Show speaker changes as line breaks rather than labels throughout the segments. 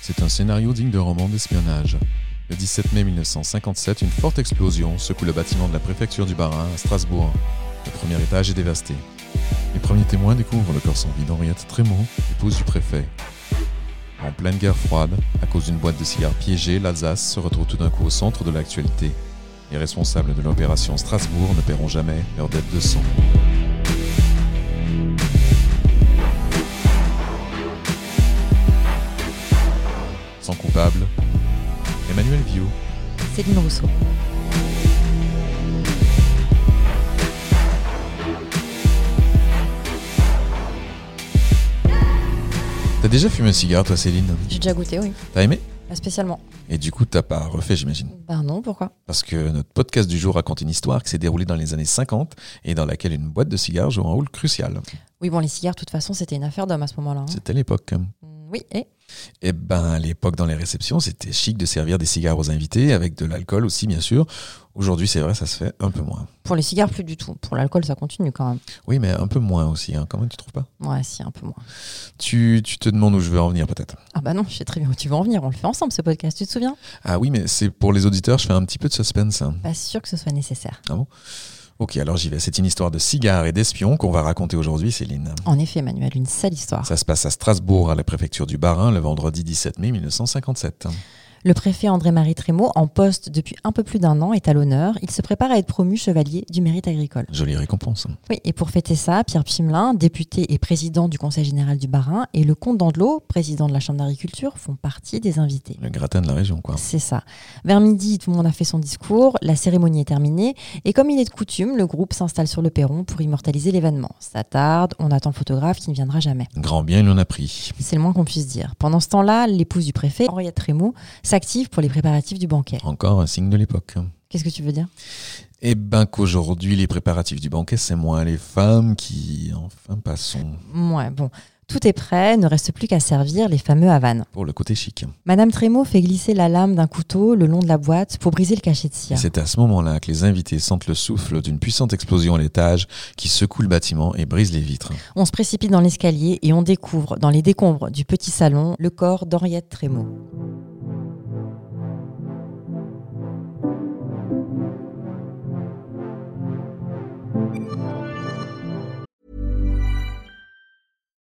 C'est un scénario digne de roman d'espionnage. Le 17 mai 1957, une forte explosion secoue le bâtiment de la préfecture du Bas-Rhin à Strasbourg. Le premier étage est dévasté. Les premiers témoins découvrent le corps sans vie d'Henriette Trémaux, épouse du préfet. En pleine guerre froide, à cause d'une boîte de cigares piégée, l'Alsace se retrouve tout d'un coup au centre de l'actualité. Les responsables de l'opération Strasbourg ne paieront jamais leur dette de sang. Sans coupable, Emmanuel Viau.
Céline Rousseau.
T'as déjà fumé un cigare, toi, Céline
J'ai déjà goûté, oui.
T'as aimé
Pas Ah, spécialement.
Et du coup, t'as pas refait, j'imagine.
Bah non, pourquoi
Parce que notre podcast du jour raconte une histoire qui s'est déroulée dans les années 50 et dans laquelle une boîte de cigares joue un rôle crucial.
Oui, bon, les cigares, de toute façon, c'était une affaire d'homme à ce moment-là. hein.
C'était l'époque.
Mm, Oui, et
Eh ben, à l'époque, dans les réceptions, c'était chic de servir des cigares aux invités, avec de l'alcool aussi, bien sûr. Aujourd'hui, c'est vrai, ça se fait un peu moins.
Pour les cigares, plus du tout. Pour l'alcool, ça continue quand même.
Oui, mais un peu moins aussi, hein. quand même, tu trouves pas
Ouais, si, un peu moins.
tu, tu te demandes où je veux en venir, peut-être.
Ah bah non, je sais très bien où tu veux en venir. On le fait ensemble, ce podcast, tu te souviens
Ah oui, mais c'est pour les auditeurs, je fais un petit peu de suspense. hein.
Pas sûr que ce soit nécessaire.
Ok, alors j'y vais. C'est une histoire de cigares et d'espions qu'on va raconter aujourd'hui, Céline.
En effet, Emmanuel, une sale histoire.
Ça se passe à Strasbourg, à la préfecture du Bas-Rhin, le vendredi 17 mai 1957.
Le préfet André-Marie Trémaux, en poste depuis un peu plus d'un an, est à l'honneur. Il se prépare à être promu chevalier du mérite agricole.
Jolie récompense. hein.
Oui, et pour fêter ça, Pierre Pimelin, député et président du Conseil général du Bas-Rhin, et le comte d'Andelot, président de la Chambre d'agriculture, font partie des invités.
Le gratin de la région, quoi.
C'est ça. Vers midi, tout le monde a fait son discours, la cérémonie est terminée, et comme il est de coutume, le groupe s'installe sur le perron pour immortaliser l'événement. Ça tarde, on attend le photographe qui ne viendra jamais.
Grand bien, il en a pris.
C'est le moins qu'on puisse dire. Pendant ce temps-là, l'épouse du préfet, Henriette Trémaux, s'active pour les préparatifs du banquet.
Encore un signe de l'époque.
Qu'est-ce que tu veux dire
Eh ben qu'aujourd'hui, les préparatifs du banquet, c'est moins les femmes qui... Enfin, passons
Ouais, bon. Tout est prêt, ne reste plus qu'à servir les fameux havanes.
pour le côté chic.
Madame Trémaux fait glisser la lame d'un couteau le long de la boîte pour briser le cachet de
Et
cire.
c'est à ce moment-là que les invités sentent le souffle d'une puissante explosion à l'étage qui secoue le bâtiment et brise les vitres.
On se précipite dans l'escalier et on découvre, dans les décombres du petit salon, le corps d'Henriette Trémaux.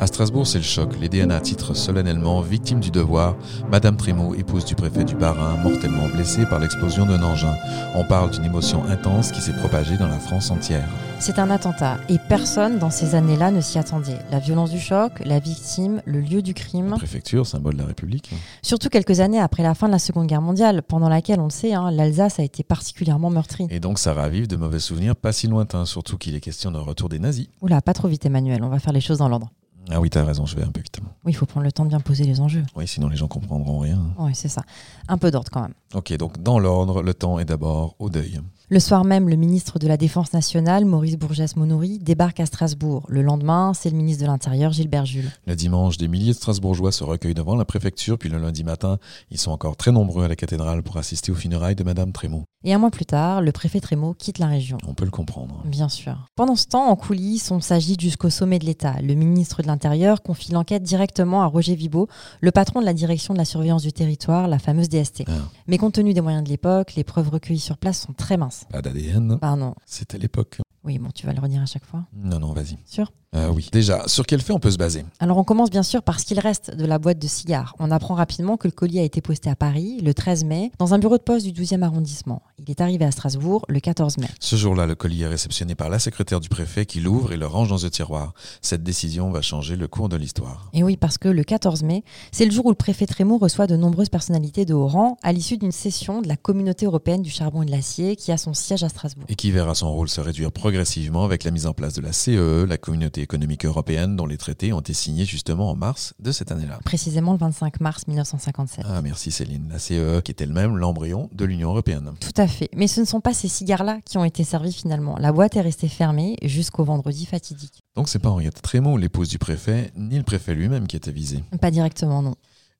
À Strasbourg, c'est le choc. Les DNA titrent solennellement victime du devoir Madame Trémaux, épouse du préfet du Bas-Rhin, mortellement blessée par l'explosion d'un engin. On parle d'une émotion intense qui s'est propagée dans la France entière.
C'est un attentat et personne dans ces années-là ne s'y attendait. La violence du choc, la victime, le lieu du crime.
La préfecture, symbole de la République.
Surtout quelques années après la fin de la Seconde Guerre mondiale, pendant laquelle, on le sait, hein, l'Alsace a été particulièrement meurtrie.
Et donc ça ravive de mauvais souvenirs pas si lointains, surtout qu'il est question d'un retour des nazis.
Oula, pas trop vite Emmanuel, on va faire les choses dans l'ordre.
Ah oui, t'as raison, je vais un peu vite.
Oui, il faut prendre le temps de bien poser les enjeux.
Oui, sinon les gens comprendront rien.
Oui, c'est ça. Un peu d'ordre quand même.
Ok, donc dans l'ordre, le temps est d'abord au deuil.
Le soir même, le ministre de la Défense nationale, Maurice Bourgès-Monori, débarque à Strasbourg. Le lendemain, c'est le ministre de l'Intérieur, Gilbert Jules.
Le dimanche, des milliers de Strasbourgeois se recueillent devant la préfecture, puis le lundi matin, ils sont encore très nombreux à la cathédrale pour assister aux funérailles de Madame Trémaux.
Et un mois plus tard, le préfet Trémaux quitte la région.
On peut le comprendre.
Bien sûr. Pendant ce temps, en coulisses, on s'agite jusqu'au sommet de l'État. Le ministre de l'Intérieur confie l'enquête directement à Roger Vibo, le patron de la direction de la surveillance du territoire, la fameuse DST.
Ah.
Mais compte tenu des moyens de l'époque, les preuves recueillies sur place sont très minces.
Pas d'ADN.
Pardon.
C'était l'époque.
Oui, bon, tu vas le redire à chaque fois.
Non, non, vas-y.
Sûr
Ah oui. Déjà, sur quel fait on peut se baser
Alors on commence bien sûr par ce qu'il reste de la boîte de cigares. On apprend rapidement que le colis a été posté à Paris le 13 mai dans un bureau de poste du 12e arrondissement. Il est arrivé à Strasbourg le 14 mai.
Ce jour-là, le colis est réceptionné par la secrétaire du préfet qui l'ouvre et le range dans un tiroir. Cette décision va changer le cours de l'histoire.
Et oui, parce que le 14 mai, c'est le jour où le préfet Trémaux reçoit de nombreuses personnalités de haut rang à l'issue d'une session de la communauté européenne du charbon et de l'acier qui a son siège à Strasbourg.
Et qui verra son rôle se réduire progressivement avec E la mise en place de la CEE, la communauté communauté économique européenne dont les traités ont été signés justement en mars de cette année-là.
précisément le 25 mars 1957.
Ah merci Céline, la CEE qui est elle-même l'embryon de l'Union européenne.
Tout à fait. Mais ce ne sont pas ces cigares-là qui ont été servis finalement. La boîte est restée fermée jusqu'au vendredi fatidique.
Donc c'est pas Henriette Trémont, l'épouse du préfet, ni le préfet lui-même qui était visé.
Pas directement, non.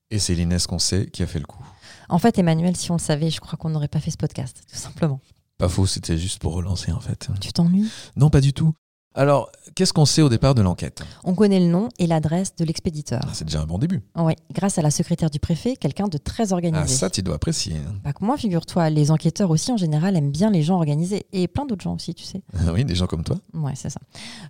Et c'est l'Inès qu'on sait qui a fait le coup.
En fait, Emmanuel, si on le savait, je crois qu'on n'aurait pas fait ce podcast, tout simplement.
Pas faux, c'était juste pour relancer en fait.
Tu t'ennuies
Non, pas du tout. Alors, qu'est-ce qu'on sait au départ de l'enquête
On connaît le nom et l'adresse de l'expéditeur.
Ah, C'est déjà un bon début.
Oui, grâce à la secrétaire du préfet, quelqu'un de très organisé.
Ah, ça, tu dois apprécier. hein.
Pas que Bah, moi, figure-toi, les enquêteurs aussi en général aiment bien les gens organisés et plein d'autres gens aussi, tu sais.
Ah oui, des gens comme toi.
Ouais, c'est ça.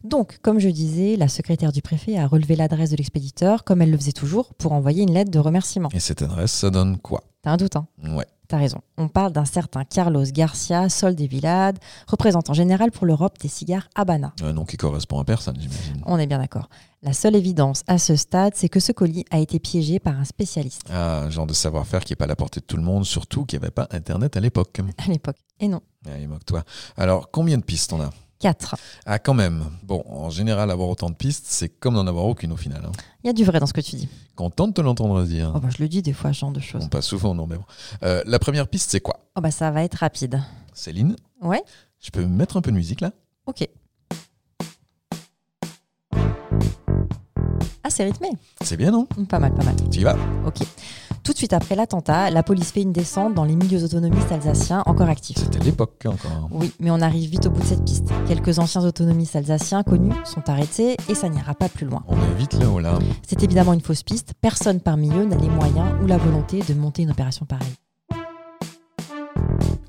Donc, comme je disais, la secrétaire du préfet a relevé l'adresse de l'expéditeur, comme elle le faisait toujours, pour envoyer une lettre de remerciement.
Et cette adresse, ça donne quoi
T'as un doute, hein
Ouais.
T'as raison. On parle d'un certain Carlos Garcia, Sol de Villade, représentant général pour l'Europe des cigares Habana.
Un nom qui correspond à personne, j'imagine.
On est bien d'accord. La seule évidence à ce stade, c'est que ce colis a été piégé par un spécialiste.
Ah, un genre de savoir-faire qui n'est pas à la portée de tout le monde, surtout qu'il n'y avait pas Internet à l'époque. Ah,
À l'époque. Et non.
Allez, moque-toi. Alors, combien de pistes on a
4.
Ah, quand même. Bon, en général, avoir autant de pistes, c'est comme n'en avoir aucune au final. hein.
Il y a du vrai dans ce que tu dis.
Content de te l'entendre dire.
Oh bah, je le dis des fois, ce genre de choses.
Bon, pas souvent, non, mais bon. Euh, la première piste, c'est quoi
Oh bah, ça va être rapide.
Céline,
Ouais
je peux mettre un peu de musique là
Ok. Ah, c'est rythmé.
C'est bien, non
Hum, Pas mal, pas mal.
Tu y vas
Ok. Tout de suite après l'attentat, la police fait une descente dans les milieux autonomistes alsaciens encore actifs.
C'était l'époque encore.
Oui, mais on arrive vite au bout de cette piste. Quelques anciens autonomistes alsaciens connus sont arrêtés et ça n'ira pas plus loin.
On est vite là haut là.
C'est évidemment une fausse piste, personne parmi eux n'a les moyens ou la volonté de monter une opération pareille.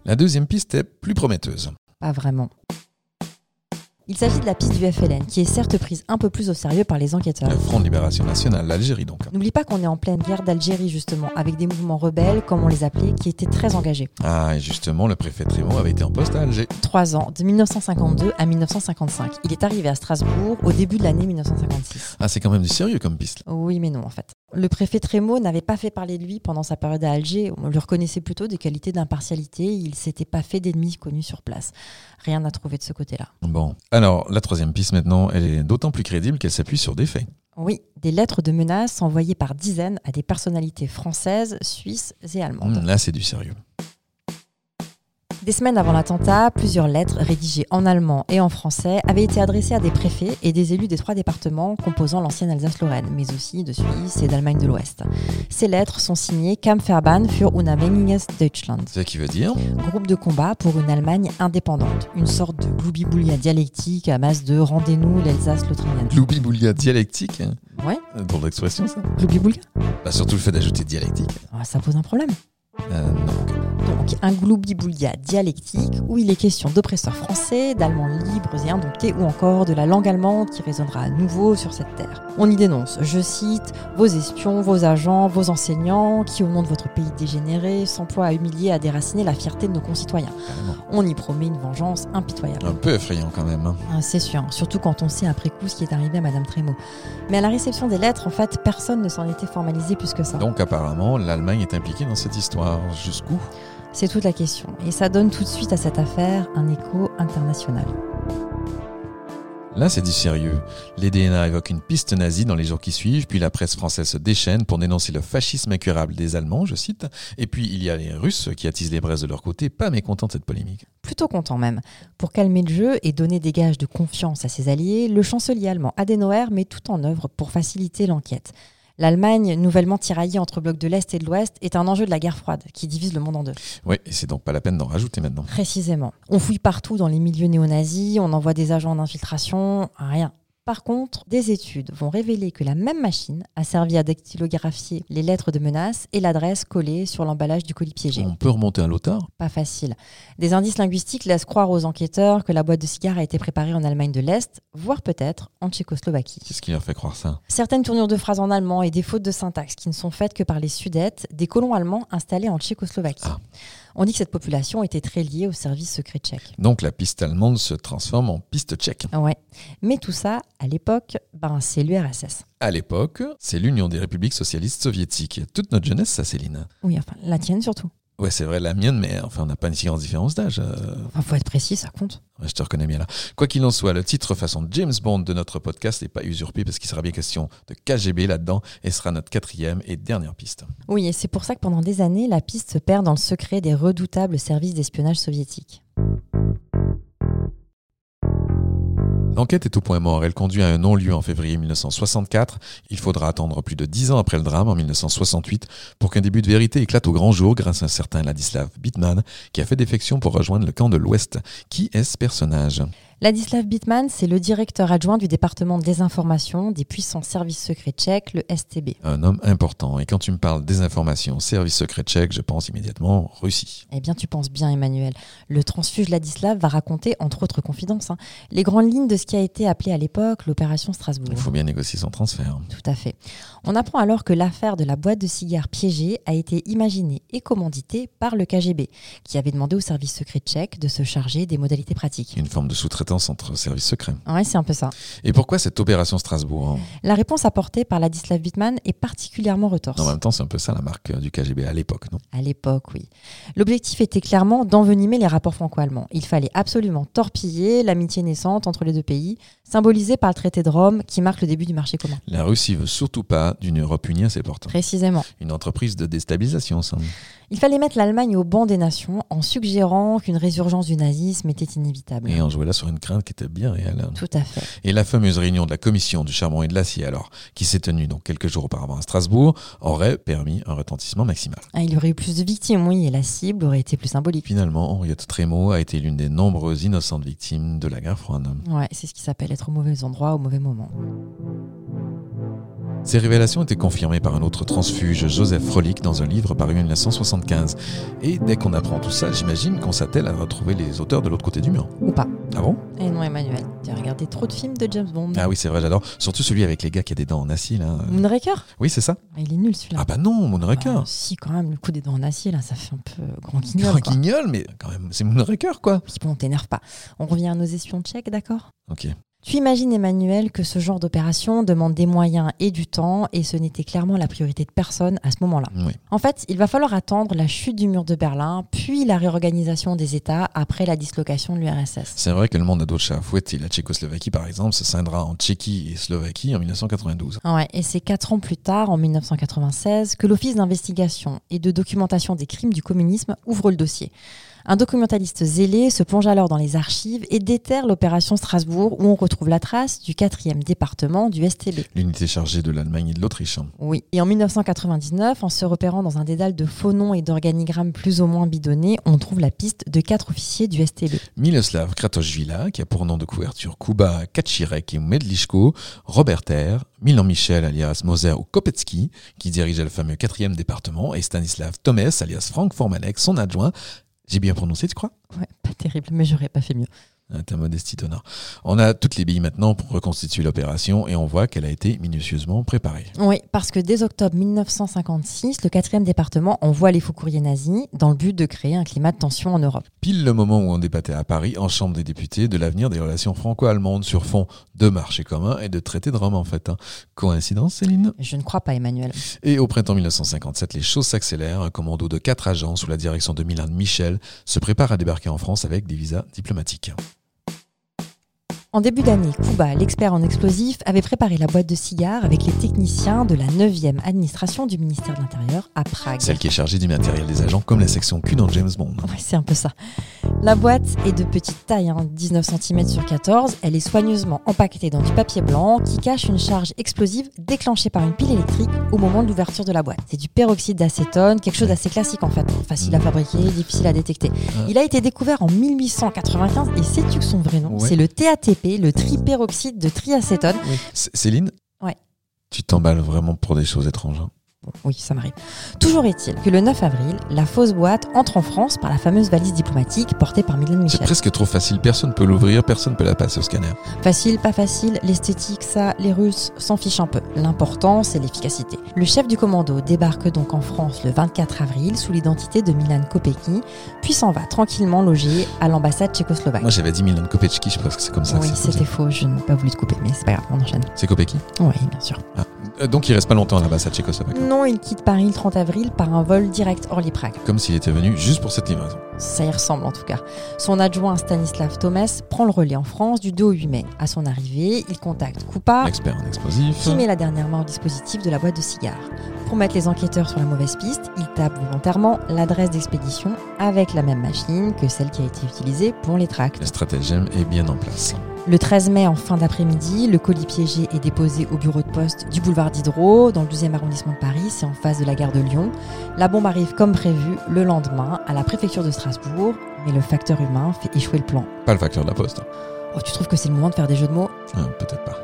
La deuxième piste est plus prometteuse.
Pas vraiment. Il s'agit de la piste du FLN, qui est certes prise un peu plus au sérieux par les enquêteurs.
Le Front de Libération Nationale, l'Algérie donc.
N'oublie pas qu'on est en pleine guerre d'Algérie justement, avec des mouvements rebelles, comme on les appelait, qui étaient très engagés.
Ah, et justement, le préfet Trémont avait été en poste à Alger.
Trois ans, de 1952 à 1955. Il est arrivé à Strasbourg au début de l'année 1956.
Ah, c'est quand même du sérieux comme piste.
Oui, mais non, en fait. Le préfet Trémaux n'avait pas fait parler de lui pendant sa période à Alger. On lui reconnaissait plutôt des qualités d'impartialité. Il s'était pas fait d'ennemis connus sur place. Rien à trouver de ce côté-là.
Bon. Alors, la troisième piste maintenant, elle est d'autant plus crédible qu'elle s'appuie sur des faits.
Oui, des lettres de menaces envoyées par dizaines à des personnalités françaises, suisses et allemandes.
Hum, là, c'est du sérieux.
Des semaines avant l'attentat, plusieurs lettres rédigées en allemand et en français avaient été adressées à des préfets et des élus des trois départements composant l'ancienne Alsace-Lorraine, mais aussi de Suisse et d'Allemagne de l'Ouest. Ces lettres sont signées Kampfverband für unabhängiges Deutschland,
Ce qui veut dire
groupe de combat pour une Allemagne indépendante, une sorte de gloubi-boulga dialectique à masse de rendez-nous l'Alsace-Lotringienne.
gloubi-boulga dialectique. hein.
Ouais,
Drôle d'expression, ça.
gloubi-boulga
Bah, surtout le fait d'ajouter dialectique.
Ah, Ça pose un problème.
Euh, non.
Donc, un gloubi-boulga dialectique où il est question d'oppresseurs français, d'allemands libres et indomptés ou encore de la langue allemande qui résonnera à nouveau sur cette terre. On y dénonce, je cite, vos espions, vos agents, vos enseignants qui, au nom de votre pays dégénéré, s'emploient à humilier et à déraciner la fierté de nos concitoyens.
Carrément. Ah
On y promet une vengeance impitoyable.
Un peu effrayant quand même. hein.
Ah, C'est sûr, surtout quand on sait après coup ce qui est arrivé à Madame Trémaux. Mais à la réception des lettres, en fait, personne ne s'en était formalisé plus que ça.
Donc, apparemment, l'Allemagne est impliquée dans cette histoire. Jusqu'où
C'est toute la question. Et ça donne tout de suite à cette affaire un écho international.
Là, c'est du sérieux. Les DNA évoquent une piste nazie dans les jours qui suivent, puis la presse française se déchaîne pour dénoncer le fascisme incurable des Allemands, je cite, et puis il y a les Russes qui attisent les braises de leur côté, pas mécontents de cette polémique.
Plutôt content même. Pour calmer le jeu et donner des gages de confiance à ses alliés, le chancelier allemand Adenauer met tout en œuvre pour faciliter l'enquête. L'Allemagne, nouvellement tiraillée entre blocs de l'Est et de l'Ouest, est un enjeu de la guerre froide qui divise le monde en deux.
Oui, et c'est donc pas la peine d'en rajouter maintenant.
Précisément. On fouille partout dans les milieux néo-nazis, on envoie des agents d'infiltration, rien. Par contre, des études vont révéler que la même machine a servi à dactylographier les lettres de menace et l'adresse collée sur l'emballage du colis piégé.
On peut remonter à l'otard
Pas facile. Des indices linguistiques laissent croire aux enquêteurs que la boîte de cigares a été préparée en Allemagne de l'Est, voire peut-être en Tchécoslovaquie.
Qu'est-ce qui leur fait croire ça
Certaines tournures de phrases en allemand et des fautes de syntaxe qui ne sont faites que par les Sudètes, des colons allemands installés en Tchécoslovaquie.
Ah.
On dit que cette population était très liée au service secret tchèque.
Donc la piste allemande se transforme en piste tchèque.
Ah Ouais. Mais tout ça, à l'époque, ben, c'est l'URSS.
À l'époque, c'est l'Union des républiques socialistes soviétiques. Toute notre jeunesse, ça, Céline.
Oui, enfin, la tienne surtout.
Ouais, c'est vrai, la mienne, mais enfin, on n'a pas une si grande différence d'âge. euh,
Enfin, faut être précis, ça compte.
Ouais, Je te reconnais bien là. Quoi qu'il en soit, le titre façon James Bond de notre podcast n'est pas usurpé parce qu'il sera bien question de KGB là-dedans et sera notre quatrième et dernière piste.
Oui, et c'est pour ça que pendant des années, la piste se perd dans le secret des redoutables services d'espionnage soviétiques.
L'enquête est au point mort. Elle conduit à un non-lieu en février 1964. Il faudra attendre plus de dix ans après le drame en 1968 pour qu'un début de vérité éclate au grand jour grâce à un certain Ladislav Bittman qui a fait défection pour rejoindre le camp de l'Ouest. Qui est ce personnage
Ladislav Bittman, c'est le directeur adjoint du département des informations des puissants services secrets tchèques, le STB.
Un homme important. Et quand tu me parles des informations, service secret tchèque, je pense immédiatement Russie.
Eh bien, tu penses bien, Emmanuel. Le transfuge Ladislav va raconter, entre autres confidences, hein, les grandes lignes de ce qui a été appelé à l'époque l'opération Strasbourg.
Il faut bien négocier son transfert.
Tout à fait. On apprend alors que l'affaire de la boîte de cigares piégée a été imaginée et commanditée par le KGB, qui avait demandé au service secret tchèque de se charger des modalités pratiques.
Une forme de sous-traitance entre services secrets.
Ouais, c'est un peu ça.
Et pourquoi cette opération Strasbourg hein
La réponse apportée par Ladislav Wittmann est particulièrement retorse.
En même temps, c'est un peu ça la marque euh, du KGB à l'époque, non
À l'époque, oui. L'objectif était clairement d'envenimer les rapports franco-allemands. Il fallait absolument torpiller l'amitié naissante entre les deux pays, symbolisée par le traité de Rome qui marque le début du marché commun.
La Russie veut surtout pas d'une Europe unie à ses portes.
Précisément.
Une entreprise de déstabilisation, ça.
Il fallait mettre l'Allemagne au banc des nations en suggérant qu'une résurgence du nazisme était inévitable.
Et on jouait là sur une crainte qui était bien réelle. hein.
Tout à fait.
Et la fameuse réunion de la commission du charbon et de l'acier, alors, qui s'est tenue donc quelques jours auparavant à Strasbourg, aurait permis un retentissement maximal.
Ah, il y aurait eu plus de victimes, oui, et la cible aurait été plus symbolique.
Finalement, Henriette Trémaux a été l'une des nombreuses innocentes victimes de la guerre froide.
Ouais, c'est ce qui s'appelle être au mauvais endroit au mauvais moment.
Ces révélations étaient confirmées par un autre transfuge, Joseph Frolick, dans un livre paru en 1975. Et dès qu'on apprend tout ça, j'imagine qu'on s'attelle à retrouver les auteurs de l'autre côté du mur.
Ou pas.
Ah bon
Eh non, Emmanuel, tu as regardé trop de films de James Bond.
Ah oui, c'est vrai, j'adore. Surtout celui avec les gars qui a des dents en acier, là. Euh,
Moonraker
Oui, c'est ça
Ah, Il est nul celui-là.
Ah bah non,
Ah,
Moonraker
si, quand même, le coup des dents en acier, là, ça fait un peu grand guignol.
Un
quoi.
guignol, mais quand même, c'est Moonraker, quoi
Oui, bon, t'énerve pas. On revient à nos espions tchèques, d'accord
Ok.
Tu imagines, Emmanuel, que ce genre d'opération demande des moyens et du temps, et ce n'était clairement la priorité de personne à ce moment-là.
Oui.
En fait, il va falloir attendre la chute du mur de Berlin, puis la réorganisation des États après la dislocation de l'URSS.
C'est vrai que le monde a d'autres chats à fouetter. La Tchécoslovaquie, par exemple, se scindera en Tchéquie et Slovaquie en 1992.
Ah Ouais, et c'est quatre ans plus tard, en 1996, que l'Office d'investigation et de documentation des crimes du communisme ouvre le dossier. Un documentaliste zélé se plonge alors dans les archives et déterre l'opération Strasbourg où on retrouve la trace du quatrième département du STB.
L'unité chargée de l'Allemagne et de l'Autriche. hein.
Oui, et en 1999, en se repérant dans un dédale de faux noms et d'organigrammes plus ou moins bidonnés, on trouve la piste de quatre officiers du STB.
Miloslav Kratochvila, qui a pour nom de couverture Kuba, Kaczirek et Medlichko, Robert Terre, Milan Michel alias Moser ou Kopetsky, qui dirigeait le fameux quatrième département, et Stanislav Thomas alias Frank Formalek, son adjoint. J'ai bien prononcé, tu crois
Ouais, pas terrible, mais j'aurais pas fait mieux.
Ah, Ta modestie d'honneur. On a toutes les billes maintenant pour reconstituer l'opération et on voit qu'elle a été minutieusement préparée.
Oui, parce que dès octobre 1956, le quatrième département envoie les faux courriers nazis dans le but de créer un climat de tension en Europe.
Pile le moment où on débattait à Paris, en Chambre des députés, de l'avenir des relations franco-allemandes sur fond de marché commun et de traité de Rome, en fait. hein. Coïncidence, Céline
Je ne crois pas, Emmanuel.
Et au printemps 1957, les choses s'accélèrent. Un commando de quatre agents sous la direction de Milan Michel se prépare à débarquer en France avec des visas diplomatiques.
En début d'année, Kuba, l'expert en explosifs, avait préparé la boîte de cigares avec les techniciens de la 9e administration du ministère de l'Intérieur à Prague.
Celle qui est chargée du matériel des agents, comme la section Q dans James Bond.
Ouais, c'est un peu ça. La boîte est de petite taille, hein, 19 cm sur 14. Elle est soigneusement empaquetée dans du papier blanc qui cache une charge explosive déclenchée par une pile électrique au moment de l'ouverture de la boîte. C'est du peroxyde d'acétone, quelque chose d'assez classique en fait. Facile à fabriquer, difficile à détecter. Il a été découvert en 1895 et sais-tu que son vrai nom
Ouais.
C'est le TATP, le triperoxyde de triacétone.
C- Céline
Ouais.
Tu t'emballes vraiment pour des choses étranges. hein.
Bon, oui, ça m'arrive. Toujours est-il que le 9 avril, la fausse boîte entre en France par la fameuse valise diplomatique portée par Milan
C'est
Michel.
presque trop facile. Personne peut l'ouvrir, personne peut la passer au scanner.
Facile, pas facile, l'esthétique, ça, les Russes s'en fichent un peu. L'important, c'est l'efficacité. Le chef du commando débarque donc en France le 24 avril sous l'identité de Milan Kopecky, puis s'en va tranquillement loger à l'ambassade tchécoslovaque.
Moi, j'avais dit Milan Kopecki, je pense que c'est comme ça. que
oui,
ça s'appelle.
c'était faux, je n'ai pas voulu te couper, mais c'est pas grave, on enchaîne.
C'est Kopecki
Oui, bien sûr.
Euh, Donc il reste pas longtemps là-bas, à Tchécoslovaquie.
Non, il quitte Paris le 30 avril par un vol direct Orly-Prague.
Comme s'il était venu juste pour cette livraison.
Ça y ressemble en tout cas. Son adjoint Stanislav Thomas prend le relais en France du 2 au 8 mai. À son arrivée, il contacte Coupa,
L'expert en explosifs.
Ah. qui met la dernière main au dispositif de la boîte de cigares. Pour mettre les enquêteurs sur la mauvaise piste, il tape volontairement l'adresse d'expédition avec la même machine que celle qui a été utilisée pour les tracts.
La stratagème est bien en place.
Le 13 mai, en fin d'après-midi, le colis piégé est déposé au bureau de poste du boulevard Diderot, dans le 12e arrondissement de Paris, c'est en face de la gare de Lyon. La bombe arrive comme prévu le lendemain à la préfecture de Strasbourg, mais le facteur humain fait échouer le plan.
Pas le facteur de la poste.
Oh, tu trouves que c'est le moment de faire des jeux de mots
Ah, Peut-être pas.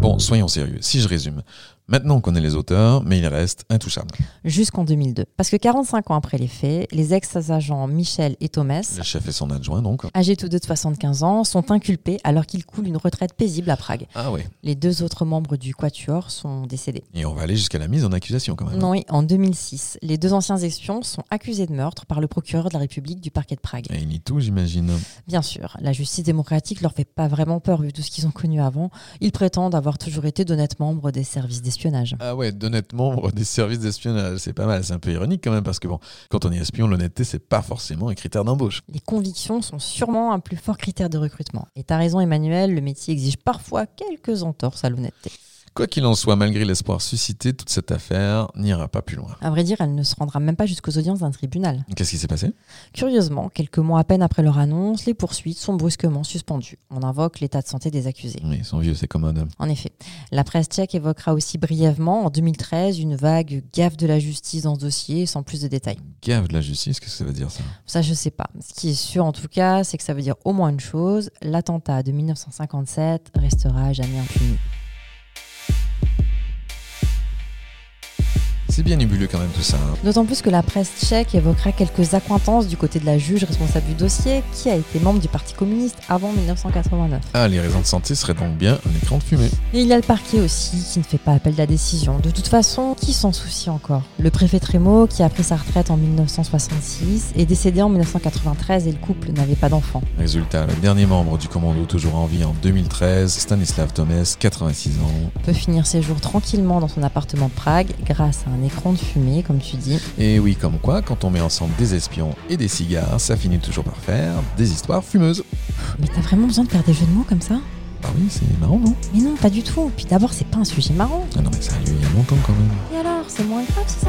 Bon, soyons sérieux. Si je résume, maintenant on connaît les auteurs, mais ils restent intouchables.
Jusqu'en 2002. Parce que 45 ans après les faits, les ex-agents Michel et Thomas
Le chef et son adjoint, donc.
âgés tous deux de 75 ans, sont inculpés alors qu'ils coulent une retraite paisible à Prague.
Ah ouais.
Les deux autres membres du Quatuor sont décédés.
Et on va aller jusqu'à la mise en accusation quand même.
Non, et en 2006, les deux anciens espions sont accusés de meurtre par le procureur de la République du parquet de Prague.
Et il nie tout, j'imagine.
Bien sûr, la justice démocratique leur fait pas vraiment peur vu tout ce qu'ils ont connu avant. Ils prétendent avoir toujours été d'honnêtes membres des services d'espionnage.
Ah ouais, d'honnêtes membres des services d'espionnage, c'est pas mal. C'est un peu ironique quand même, parce que bon, quand on est espion, l'honnêteté, c'est pas forcément un critère d'embauche.
Les convictions sont sûrement un plus fort critère de recrutement. Et t'as raison Emmanuel, le métier exige parfois quelques entorses à l'honnêteté.
Quoi qu'il en soit, malgré l'espoir suscité, toute cette affaire n'ira pas plus loin.
À vrai dire, elle ne se rendra même pas jusqu'aux audiences d'un tribunal.
Qu'est-ce qui s'est passé
Curieusement, quelques mois à peine après leur annonce, les poursuites sont brusquement suspendues. On invoque l'état de santé des accusés.
Oui, ils sont vieux, c'est commode.
En effet, la presse tchèque évoquera aussi brièvement en 2013 une vague gaffe de la justice dans ce dossier sans plus de détails.
Gave de la justice, qu'est-ce que ça veut dire ça
Ça, je sais pas. Ce qui est sûr en tout cas, c'est que ça veut dire au moins une chose l'attentat de 1957 restera à jamais impuni.
C'est bien nébuleux quand même tout ça. hein.
D'autant plus que la presse tchèque évoquera quelques accointances du côté de la juge responsable du dossier qui a été membre du Parti communiste avant 1989.
Ah, les raisons de santé seraient donc bien un écran de fumée.
Et il y a le parquet aussi qui ne fait pas appel de la décision. De toute façon, qui s'en soucie encore Le préfet Trémo, qui a pris sa retraite en 1966, est décédé en 1993 et le couple n'avait pas d'enfant.
Résultat, le dernier membre du commando toujours en vie en 2013, Stanislav Thomas, 86 ans,
Peut finir ses jours tranquillement dans son appartement de Prague grâce à un écran de fumée, comme tu dis.
Et oui, comme quoi, quand on met ensemble des espions et des cigares, ça finit toujours par faire des histoires fumeuses.
Mais t'as vraiment besoin de faire des jeux de mots comme ça
Ah oui, c'est marrant, non
Mais non, pas du tout. Puis d'abord, c'est pas un sujet marrant.
Ah non, mais ça a lieu il y a longtemps quand même.
Et alors, c'est moins grave si ça